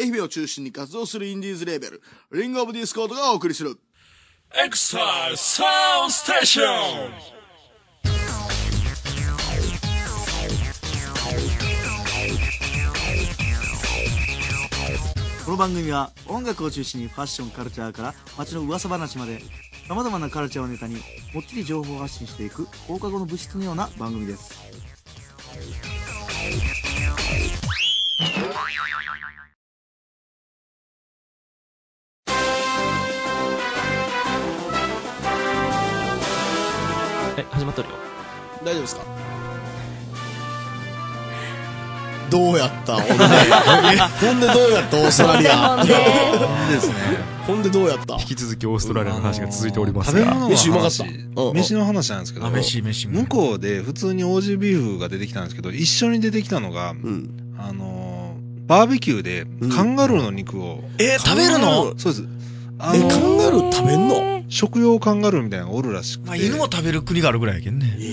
愛媛を中心に活動するインディーズレーベル、リングオブディスコードがお送りする。 Exile Sound Station! この番組は音楽を中心にファッションカルチャーから街の噂話まで様々なカルチャーをネタにもっちり情報発信していく放課後の物質のような番組ですえ始まっとるよ大丈夫ですかどうや ったほんで。ほんでどうやったオーストラリア。ですね。ほんでどうやった引き続きオーストラリアの話が続いております食べが。物の飯うまかっ話たうんうん飯の話なんですけどあ、飯、飯。向こうで普通にオージービーフが出てきたんですけど一緒に出てきたのが、うん。あのーバーベキューでカンガルーの肉を、えー、食べるのそうですあえ、のカンガルー食べんの食用カンガルーみたいなのがおるらしくて、まあ、犬も食べる国があるぐらいやけんね。ええ。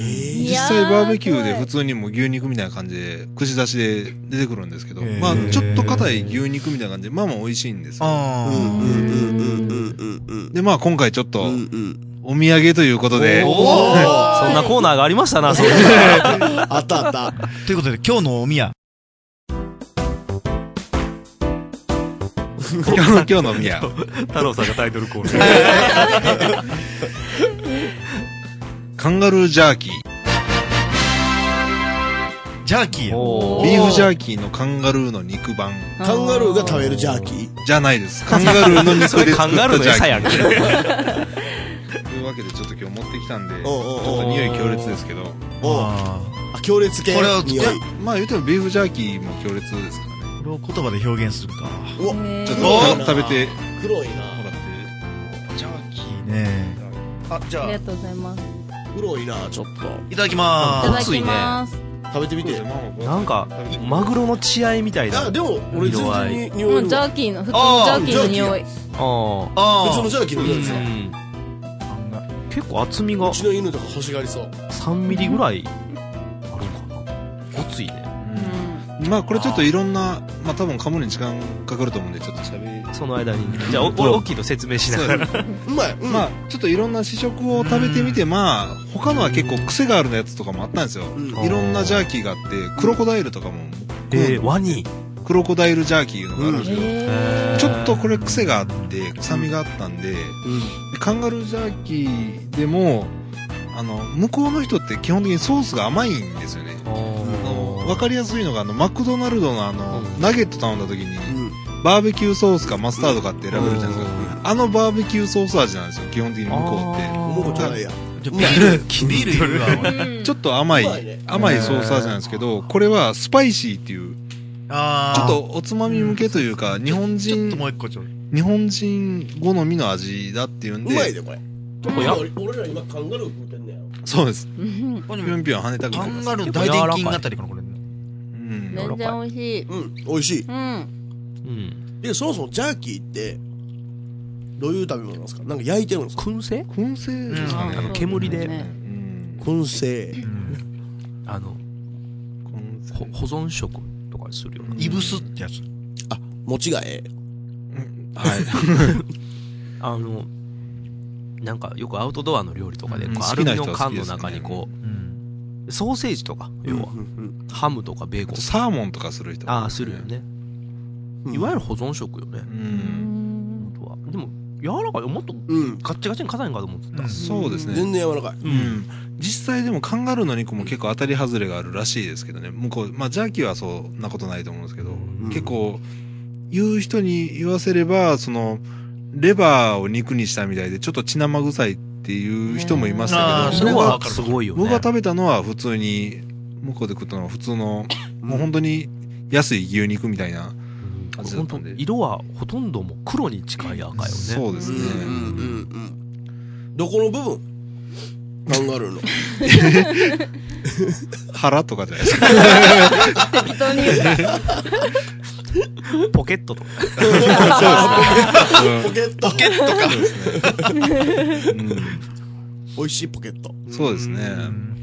実際バーベキューで普通にもう牛肉みたいな感じで串出しで出てくるんですけど、へーまあちょっと硬い牛肉みたいな感じでまあまあ美味しいんですよあうんうんーうんうんうんうんでまあ今回ちょっとうん。うんうん。お土産ということで、そんなコーナーがありましたなそういうあったあった。ということで、今日のおみや。今日の今日のおみや 太郎さんがタイトルコールはカンガルージャーキージャーキーや。おビーフジャーキーのカンガルーの肉版カンガルーが食べるジャーキー。じゃない ですカンガルーの肉で作ったジャーキーカンガルーの餌やんけというわけでちょっと今日持ってきたんでちおうょおうおうっと匂い強烈ですけどおうああ、強烈系。これを匂い。まあ言うてもビーフジャーキーも強烈ですからねあ。これを言葉で表現するか。うわちょおっと食べて黒いもな。らってジャーキーね。あ、じあゃりあが、とうございます。い黒いな、ちょっと。いただきまただー熱いきねます。食べてみて。なんかマグロの血合いみたいなあ、あでも、俺全色合い然にも匂ういジは。ャーキーの、普通のジャーキーの匂い。あ普通あのジャーキーの匂いですよ。うん結構厚みがうちの犬とか欲しがりそう。 3ミリぐらいあるんかなごついねまあこれちょっといろんなまあ多分噛むのに時間かかると思うんでちょっと喋りその間にじゃあお俺大きいの説明しながらうまい。うんまあちょっといろんな試食を食べてみてまあ他のは結構癖があるやつとかもあったんですようんいろんなジャーキーがあってクロコダイルとかもえーワニクロコダイルジャーキーいうのがあるんですけどえーちょっとこれ癖があって臭みがあったんで、カンガルージャーキーでもあの向こうの人って基本的にソースが甘いんですよねあーあの分かりやすいのがあのマクドナルドのあの、うんナゲット頼んだ時にうんバーベキューソースかマスタードかって選べるじゃないですか、うあのバーベキューソース味なんですよ基本的に向こうってあーもうこっちゃないや。じゃあビール、ビールいるわ。俺ちょっと甘い、うまいね甘いソース味なんですけどこれはスパイシーっていうあちょあ。っとおつまみ向けというか日本ちょっとも人う一個ちょうだい。日本人好みの味だっていうんうまいで、でこれ。おや俺ら今カンガルー食うてんねやろ。そうですうんここにぴょもんぴょん跳ねたくなカりまンすガルーの大殿筋あたりかな、これ。うん全然美味しい。うん、美味しい。うん。うんで、そもそもジャーキーって、どういう食べ物なんですかなんか焼いてるんですか燻製燻製ですかねあの煙でねうん燻製。あの燻製ほ保存食とかにするようなイブスってやつ。あ、餅がええ。はいあのなんかよくアウトドアの料理とかで、うんこうア好ルきミな人のは缶好きでのすね中にこうん。うソーセージとか要は、うんハムとかベーコンサーモンとかする人ああするよね、うんいわゆる保存食よねう、うんん本当はでも柔らかいよもっとうん。ガッチガチに硬いんかと思ってた、うんそうですね全然柔らかい。うん、実際でもカンガルーの肉も結構当たり外れがあるらしいですけどね向こうまあジャーキーはそんなことないと思うんですけど、ん結構言う人に言わせればそのレバーを肉にしたみたいでちょっと血生臭いっていう人もいましあーたけそど、れ僕はがすごいよね僕が食べたのは普通に向こうで食ったのは普通のもう本当に安い牛肉みたいなうん味だったんでほんと色はほとんどもう黒に近い赤よねそうですね、うんうんうんうん。どこの部分カンガルーの。腹とかじゃないですか適当に言った。ポケットとかポケット。うん美味しいポケット。そうですね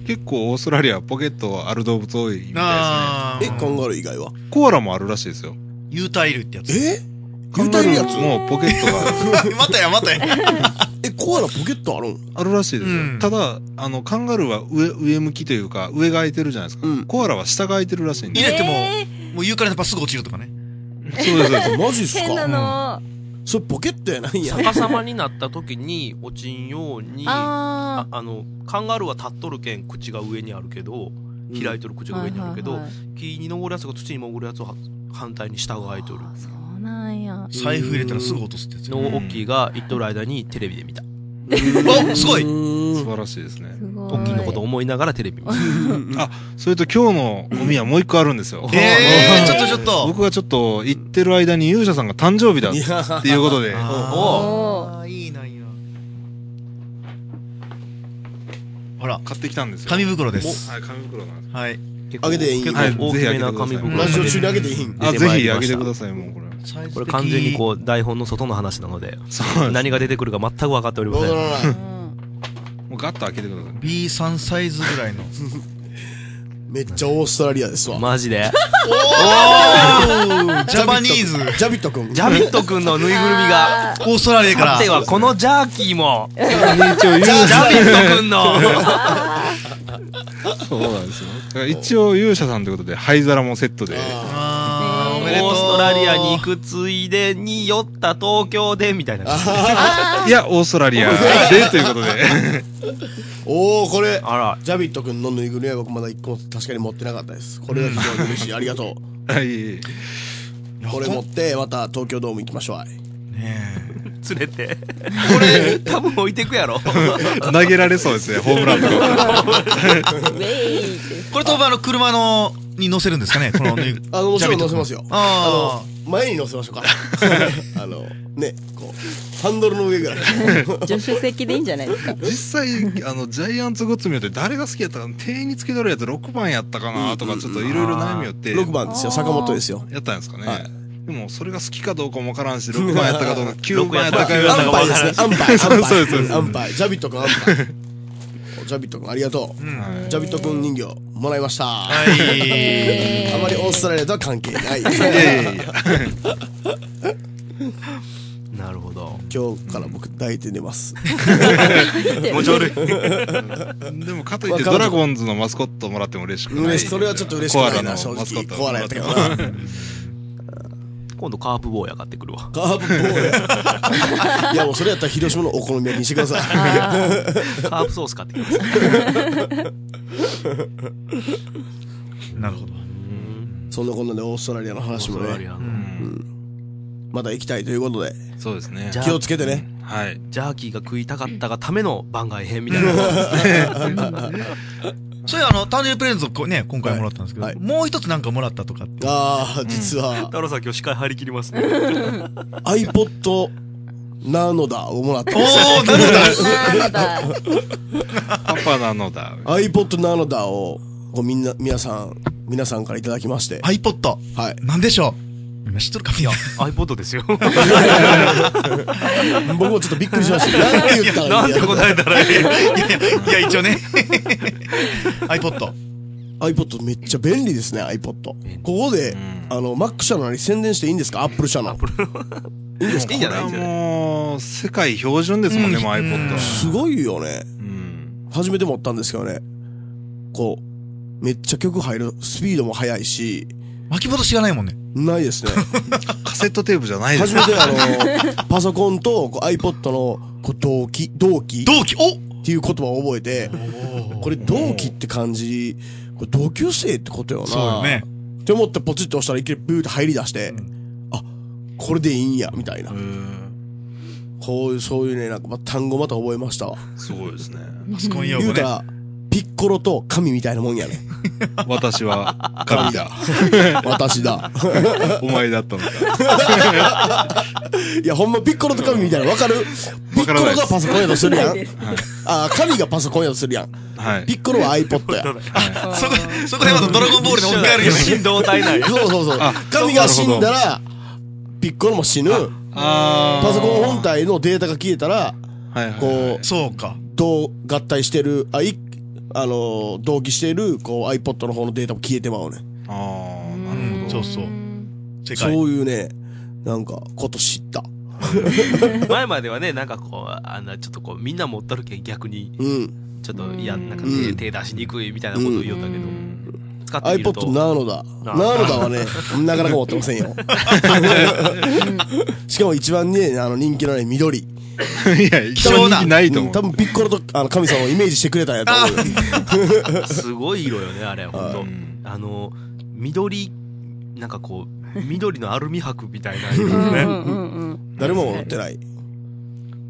結構オーストラリアはポケットある動物多いみたいですねああ。え、カンガルー以外はコアラもあるらしいですよユータイルってや つ。えカンガルーもポケットがまたや、またや。え、コアラポケットあるんあるらしいですよ。うんただ、あの、カンガルーは上、上向きというか、上が空いてるじゃないですか。うんコアラは下が空いてるらしいんで入。れてもえ、もう床にやっぱすぐ落ちるとかね。そうです、そうです。マジっす変なかの。それポケットやないやん。逆さまになった時に落ちんようにあああのカンガルーは立っとるけん口が上にあるけど開いとる口あ。が上にあるけど、はいはいはい木に登るやつが土に潜るやつをは反対に下が空いとるあそうなんや。財布入れたらすぐ落とすってやつ。のオッキーが言っとる間にテレビで見たおすごい素晴らしいですね。すごい。オッキーのこと思いながらテレビ見たそれと今日のゴミはもう一個あるんですよ。 えー、ちょっとちょっと。僕がちょっと行ってる間に勇者さんが誕生日だいっやていうことで、おあーいいな、いいな。ほら、買ってきたんですよ。紙袋です。はい、紙袋なんです。はい。結構あげていい結構大きめなはい紙ぜひラジオ中にあ開けてください袋げていいんあ、出てぜまいひりまあしたげてください、もうこれ。サイズこれ的完全にこう台本の外の話なのでそうです。何が出てくるか全く分かっておりませ戻んらない。もうガッと開けてください。 B3 サイズぐらいの。めっちゃオーストラリアですわ。マジでジャパニーズ。ジャビット君。ジャビット君のぬいぐるみが オーストラリアかさらて。はこのジャーキーもジャ一応、勇ビット 君のそうなんですよ。だから一応、勇者さんということで、灰皿もセットで。あーおめでとう。オーストラリアに行くついでに寄った東京でみたいな感じいや、オーストラリアで、ということで。おー、これ。あらジャビット君のぬいぐるみは僕まだ一個も確かに持ってなかったです。これは非常に嬉しい。ありがとう。はい。これ持って、また東京ドーム行きましょう。はいね連れてこ れ多分置いてくやろ投げられそうですね、ホームランとか。ウェイって。えこれ当分あの車の、に乗せるんですかねこのぬいあの、もちろん乗せますよ。ああの、前に乗せましょうか。あの、ね、こう、ハンドルの上ぐらい。助手席でいいんじゃないですか。実際、あの、ジャイアンツゴツミオって誰が好きやったかな、店員につけとるやつ6番やったかな、とか、ちょっといろいろ悩みよって。 6番ですよ、坂本ですよ。やったんですかね。はいでも、それが好きかどうかもわからんし、6番やったかどうか、9番やったかアやンったかパイもですわからねん。し。アンパイ、アンそうですパそうでイ、すアンパイ。ジャビット君、アンパイ。おジャビット君、ありがとう。はいジャビット君人形、もらいました。あ。あはい。まりオーストラリアとは関係ない。いやいやいや。なるほど 今日から僕抱いて寝ます。持ち悪いでもかといってドラゴンズのマスコットもらっても嬉しくない。嬉しいそれはちょっと嬉しくないなコアラの正直マスコットコアラやったけどな今度カープ坊や買ってくるわカープボーイ。いやもうそれやったら広島のお好み焼きにしてください。カープソース買ってき ますなるほど。そんなこんなでオーストラリアの話もね、また行きたいということで、そうですねじ。ゃ気をつけてね。はい。ジャーキーが食いたかったがための番外編みたいな。それあの、誕生日プレゼントをこうね、今回もらったんですけど、はいもう一つなんかもらったとかって。ああ、実は、太郎さん今日司会入りきりま すね。 iPod なのだをもらったんですよ。おー、なるほど。なんだ。パパなのだ。 iPod なのだを、こうみんな、皆さん、皆さんからいただきまして。 iPod。 はい。なんでしょうみんな知っとるかもよ。 iPod で すよ。僕もちょっとびっくりしま した。なんて言ったらないんいんてやろ答えたらいいいやいや、いや一応ね。iPod。 iPod めっちゃ便利ですね、iPod。ここで、あの、Mac 社のに宣伝していいんですか ?Apple 社の。いいんじゃないいいこんじれはゃないもう、世界標準ですもんね、もう iPod は。すごいよね。うん。初めて持ったんですけどね。こう、めっちゃ曲入る、スピードも速いし、巻き戻しがないもんね。ないですね。カセットテープじゃないで初すめてあ の、パソコンとこう iPod のこう同期、同期っ同期おていう言葉を覚えて、これ同期って感じ、これ同級生ってことよな。そうよね。って思ってポチッと押したらいきなりブーって入り出して、あ、これでいいんや、みたいな。こういう、そういうね、なんか、ま、単語また覚えましたわ。すごいですね。パソコン用言語うたね。ら、ピッコロと神みたいなもんやね。私は、神 だ。私だ。お前だったのか。いや、ほんまピッコロと神みたいな。わかるピッコロがパソコンやとするやん。あ、神がパソコンやとするやん。はいピ。ッコロは iPod や。そこ、そこでまたドラゴンボールに置き換え るよね。振動体内。そうそうそうあ。神が死んだら、ピッコロも死ぬ。あー。パソコン本体のデータが消えたら、はいはい。こう、そうか。同合体してる、あ、い、あのー、同期してる、こう iPod の方のデータも消えてまうねん。あー、なるそうそう。世そ界。ういうね、なんか、こと知った。前まではね、なんかこう、あんなちょっとこう、みんな持ったるけん逆に、うん。ちょっと、いや、なんかう手ん手出しにくいみたいなことを言おったけど、使ってみると。 iPod なのだ。ななのだはね、なかなか持ってませんよ。しかも一番ね、あの、人気のね、緑。いや、貴重な。ないとう思ん多う。分ピッコロと、あの、神様をイメージしてくれたんやと思う。すごい色よね、あれ、ほんうと。んあの、緑、なんかこう、緑のアルミ箔みたいな色ですうね。んうんうん誰も持ってない。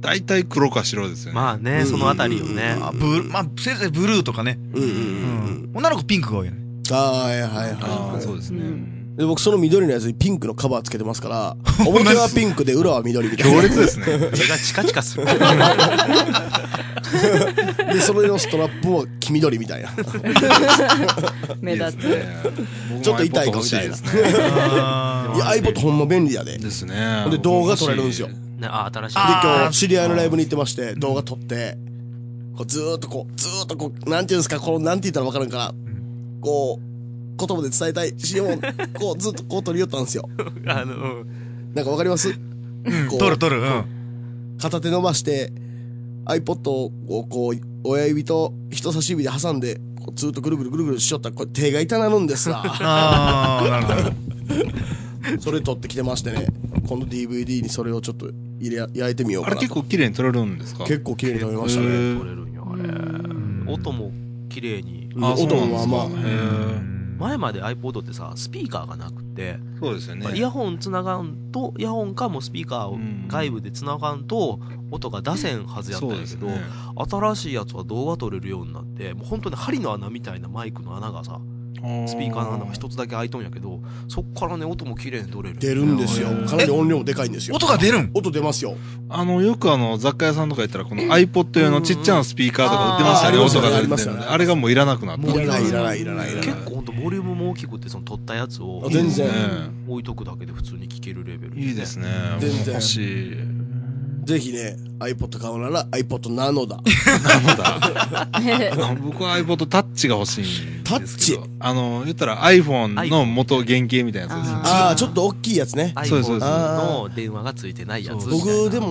大体黒か白ですよね。まあね、そのあたりよね。あブルーまあ、せいぜいブルーとかね。うんうんうん。女の子ピンクが多いよね。ああ、はいはいあはあ、そうですね。い。で、僕その緑のやつにピンクのカバーつけてます から、表はピンクで裏は緑みたい強な。烈ですね。 手がチカチカする。で、それのストラップも黄緑みたいな。目立いいでつ。すねちょっと痛いかもしれない僕ですも iPod 欲しいですね。いや、iPod ほんま便利やで。で、ですね。動画撮れるんですよ。で、ねあ、新しい。今日、知り合いのライブに行ってまして、動画撮って、こう、ずーっとこう、ずーっとこう、なんていうんですか、この、なんて言ったらわからんから、こう、言葉で伝えたい CM を、こう、ずっとこう撮りよったんですよ。あの、うんなんかわかりますうんこう取る取る。うん。片手伸ばして iPod をこう親指と人差し指で挟んでこうずっとぐるぐるぐるぐるしよったらこれ手が痛なるんですわ ああ、なるほど。それ取ってきてましてね今度 DVD にそれをちょっと入れ焼いてみようかあれなと結構綺麗に撮れるんですか結構綺麗に撮れました撮ねれるんよ、あれ。音も綺麗に。あそう音なんでもすかまあまあへー前まで iPod ってさ、スピーカーがなくて、そうですよね。イヤホンつながんと、イヤホンかもうスピーカーをうん外部でつながんと、音が出せんはずやったんそうやでけすど、ね。新しいやつは動画撮れるようになって、もう本当に針の穴みたいなマイクの穴がさ、スピーカーの穴が一つだけ開いとんやけど、そっからね、音も綺麗に撮れる。出るんですよかなり音量もでかいん ですよ音が出るん音出ますよあの、よくあの、雑貨屋さんとか行ったら、この iPod 用のちっちゃなスピーカーとか売ってましたよね、あー音が出るありまみすたよいねな。あれがもういらなくなった。いらないいらないいらないいらない結構ほんとボリュームも大きくて、その撮ったやつをあ全然置いとくだけで普通に聴けるレベル、いいですね。全然欲しい。ぜひね iPod 買うなら iPod な のだあ僕は iPod タッチが欲しいんですけど。タッあの、言ったら iPhone の元原型みたいなやつですね。 ああちょっと大きいやつねそうですそう iPhone ですの電話がついてないやつみたいな。僕でもあ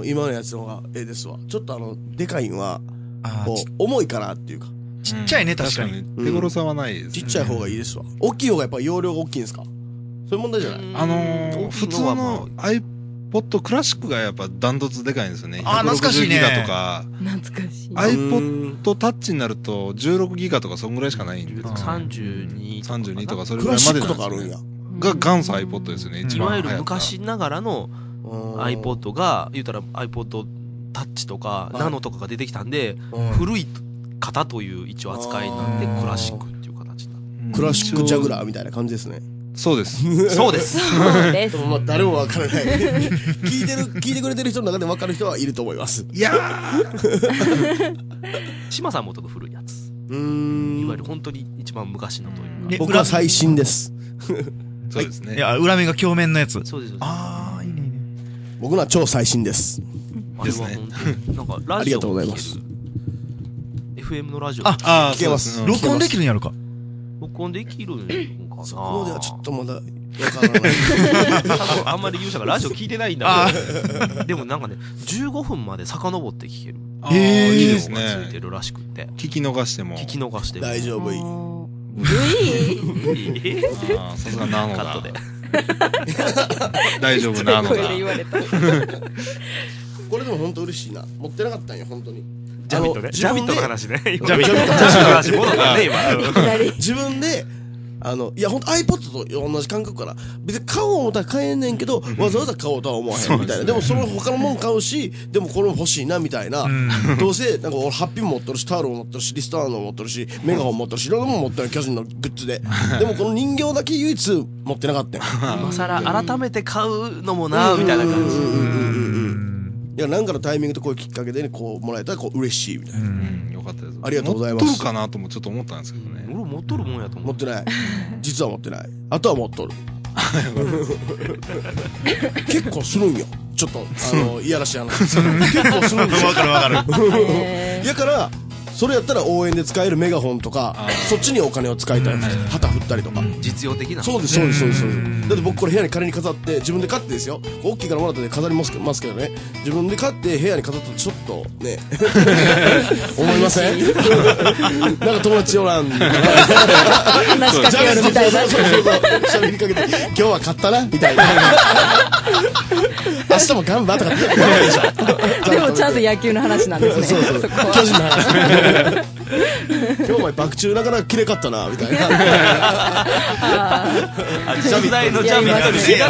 の今のやつの方がええですわちょっとあのでかいんはあーこちう重いからっていうかちっちゃいね、確かに。。手頃さはないですね。ちっちゃい方がいいですわ。大きい方がやっぱ容量が大きいんですかそういう問題じゃないあのー大き普い通はまあの iPod クラシックがやっぱダントツでかいんですよね。あー懐かしいね160ギガとか、懐かしい。 iPod タッチになると16ギガとかそんぐらいしかないんですよ。 32とか32とかそれクぐらラいシまでッなクとんですかあるんやよ。。が元祖 iPod ですよね、一い番わ流行ゆった。る昔ながらのうん iPod が言うたら iPod タッチとかいナノとかが出てきたんでうん古い型という一応扱いになってあークラシックっていう形になっうんクラシックジャグラーみたいな感じですね。そうです。 てそうですそうですで。もまあ誰もわからない。聞いてる、聞いてくれてる人の中でわかる人はいると思います。いやー島さんもちょっと古いやつういわゆん。る本当に一番昔のというかで僕は最新です。そうですね。いや、裏目が鏡面のやつ。そうですそうですああ、いいね、いいね。僕のは超最新です。あれは本当になんかラ ありジがオとうもござい聞ますける FM のラジオああー聞けますそうで録音できるんやろか。録音できるんかなそこまではちょっとまだわからない。多分あんまり勇者がラジオ聞いてないんだけどでもなんかね15分まで遡って聞けるうんへーあーいいで機能すがついてね。るらしくって聞き逃しても。聞き逃しても大丈夫いい。えあーさすがなのカットだで。大丈夫なの声だで。言われた。これでも本当嬉しいな。持ってなかったんよ、本当に。ジャビットあねのジャビットの。話ね今自分でジャビットジャビットの話戻ったね今左。自分で、あの、いや、ほんと iPod と同じ感覚から、別に買おう思ったら買えんねんけど、わざわざ買おうとは思わへんみたいな。でも、その他のもん買うし、でもこれも欲しいな、みたいな。どうせ、なんか俺、ハッピーも持ってるし、タオルも持ってるし、リスターの持ってるし、メガホン持ってるし、いろんなもん持ってる巨人のグッズ で。でも、この人形だけ唯一持ってなかったよ。今更改めて買うのもなみたいな感じいや、なんかのタイミングとこういうきっかけでね、こう、もらえたら、こう、嬉しいみたいな。うんよかったです。ありがとうございます持っとるかなともちょっと思ったんですけど俺ね。持っとるもんやと思持っうてない。実は持ってない。あとは持っとる。結構するんよ。ちょっと、あの、いやらしい話。結構するんですよ。 わかるわかる。えやからそれやったら応援で使えるメガホンとかそっちにお金を使いたい旗振ったりとか実用的なそうですそうですそうですそうですだって僕これ部屋に仮に飾って自分で買ってですよ大きいからもらったんで飾りますけますけどね自分で買って部屋に飾ったとちょっとね思いませんなんか友達おらんみたいな話しかけるみたいな。そうそうそう喋りかけて今日は買ったなみたいな明日も頑張ったかって言わないでしょでもちゃんと野球の話なんですね。そうそうこは巨人の話今日お前爆中なかなかきれかったなみたいなあ実在のジャミットですいね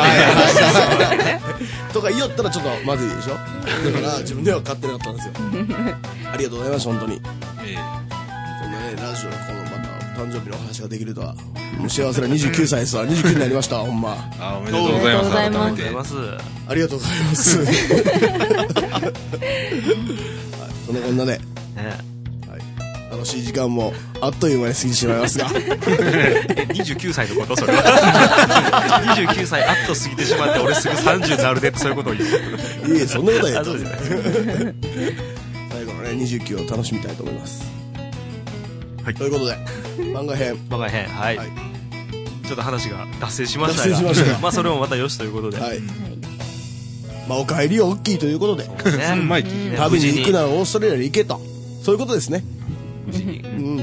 とか言いよったらちょっとまずいでしょだから自分では買ってなかったんですよありがとうございます本当にえこんなねラジオでこのまた誕生日のお話ができるとはもう幸せな29歳ですわ29になりましたほんまえあおめでとうございますありがとうございます改ありがとうござありめいますがとうございますはいそのこんなねね楽しい時間もあっという間に過ぎてしまい ますがえ29歳のことそれは29歳あっと過ぎてしまって俺すぐ30になるでってそういうことを言ういえそんなことは言あっそうですてね 最後のね29を楽しみたいと思います、はいという ことで漫画編我が編はい、はいちょっと話が脱線しましたが脱線しましたがあそれも またよしということで、はい、まあお帰りは大きいということでねうまいね旅に行くなら無オーストラリアに行けとそういうことですね事にうんうんね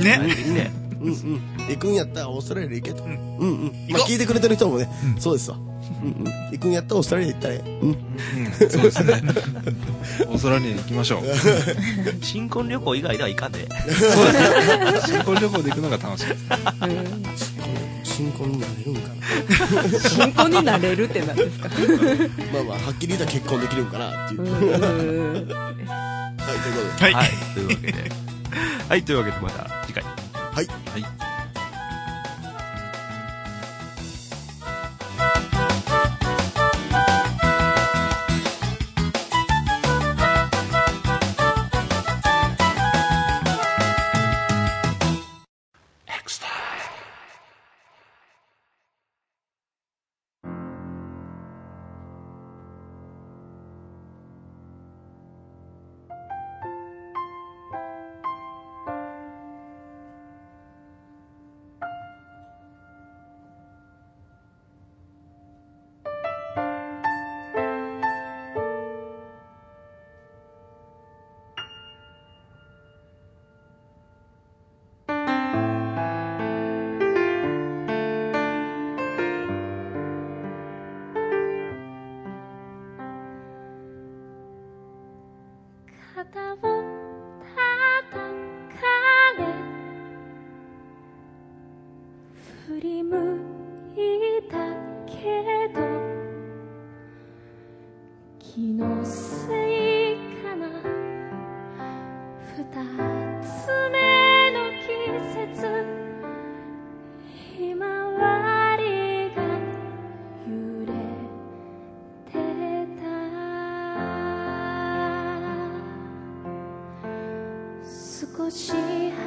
ねうんうん行くんやったらオーストラリアに行けとうんうんまあ聞いてくれてる人もねそうですわうんうん行くんやったらオーストラリアに行ったらええうんてうんそうですね オーストラリアに行きましょう新婚旅行以外では行かんで新婚旅行で行くのが楽しいです新婚になれるんかな新婚になれるってなんですか。まあまあはっきり言ったら結婚できるんかなっていううはいんということではい。はいというわけではいというわけでまた次回はい肩を叩かれ振り向いたけど気のせいかな二つ目の季節ひまわりが揺れてた少し離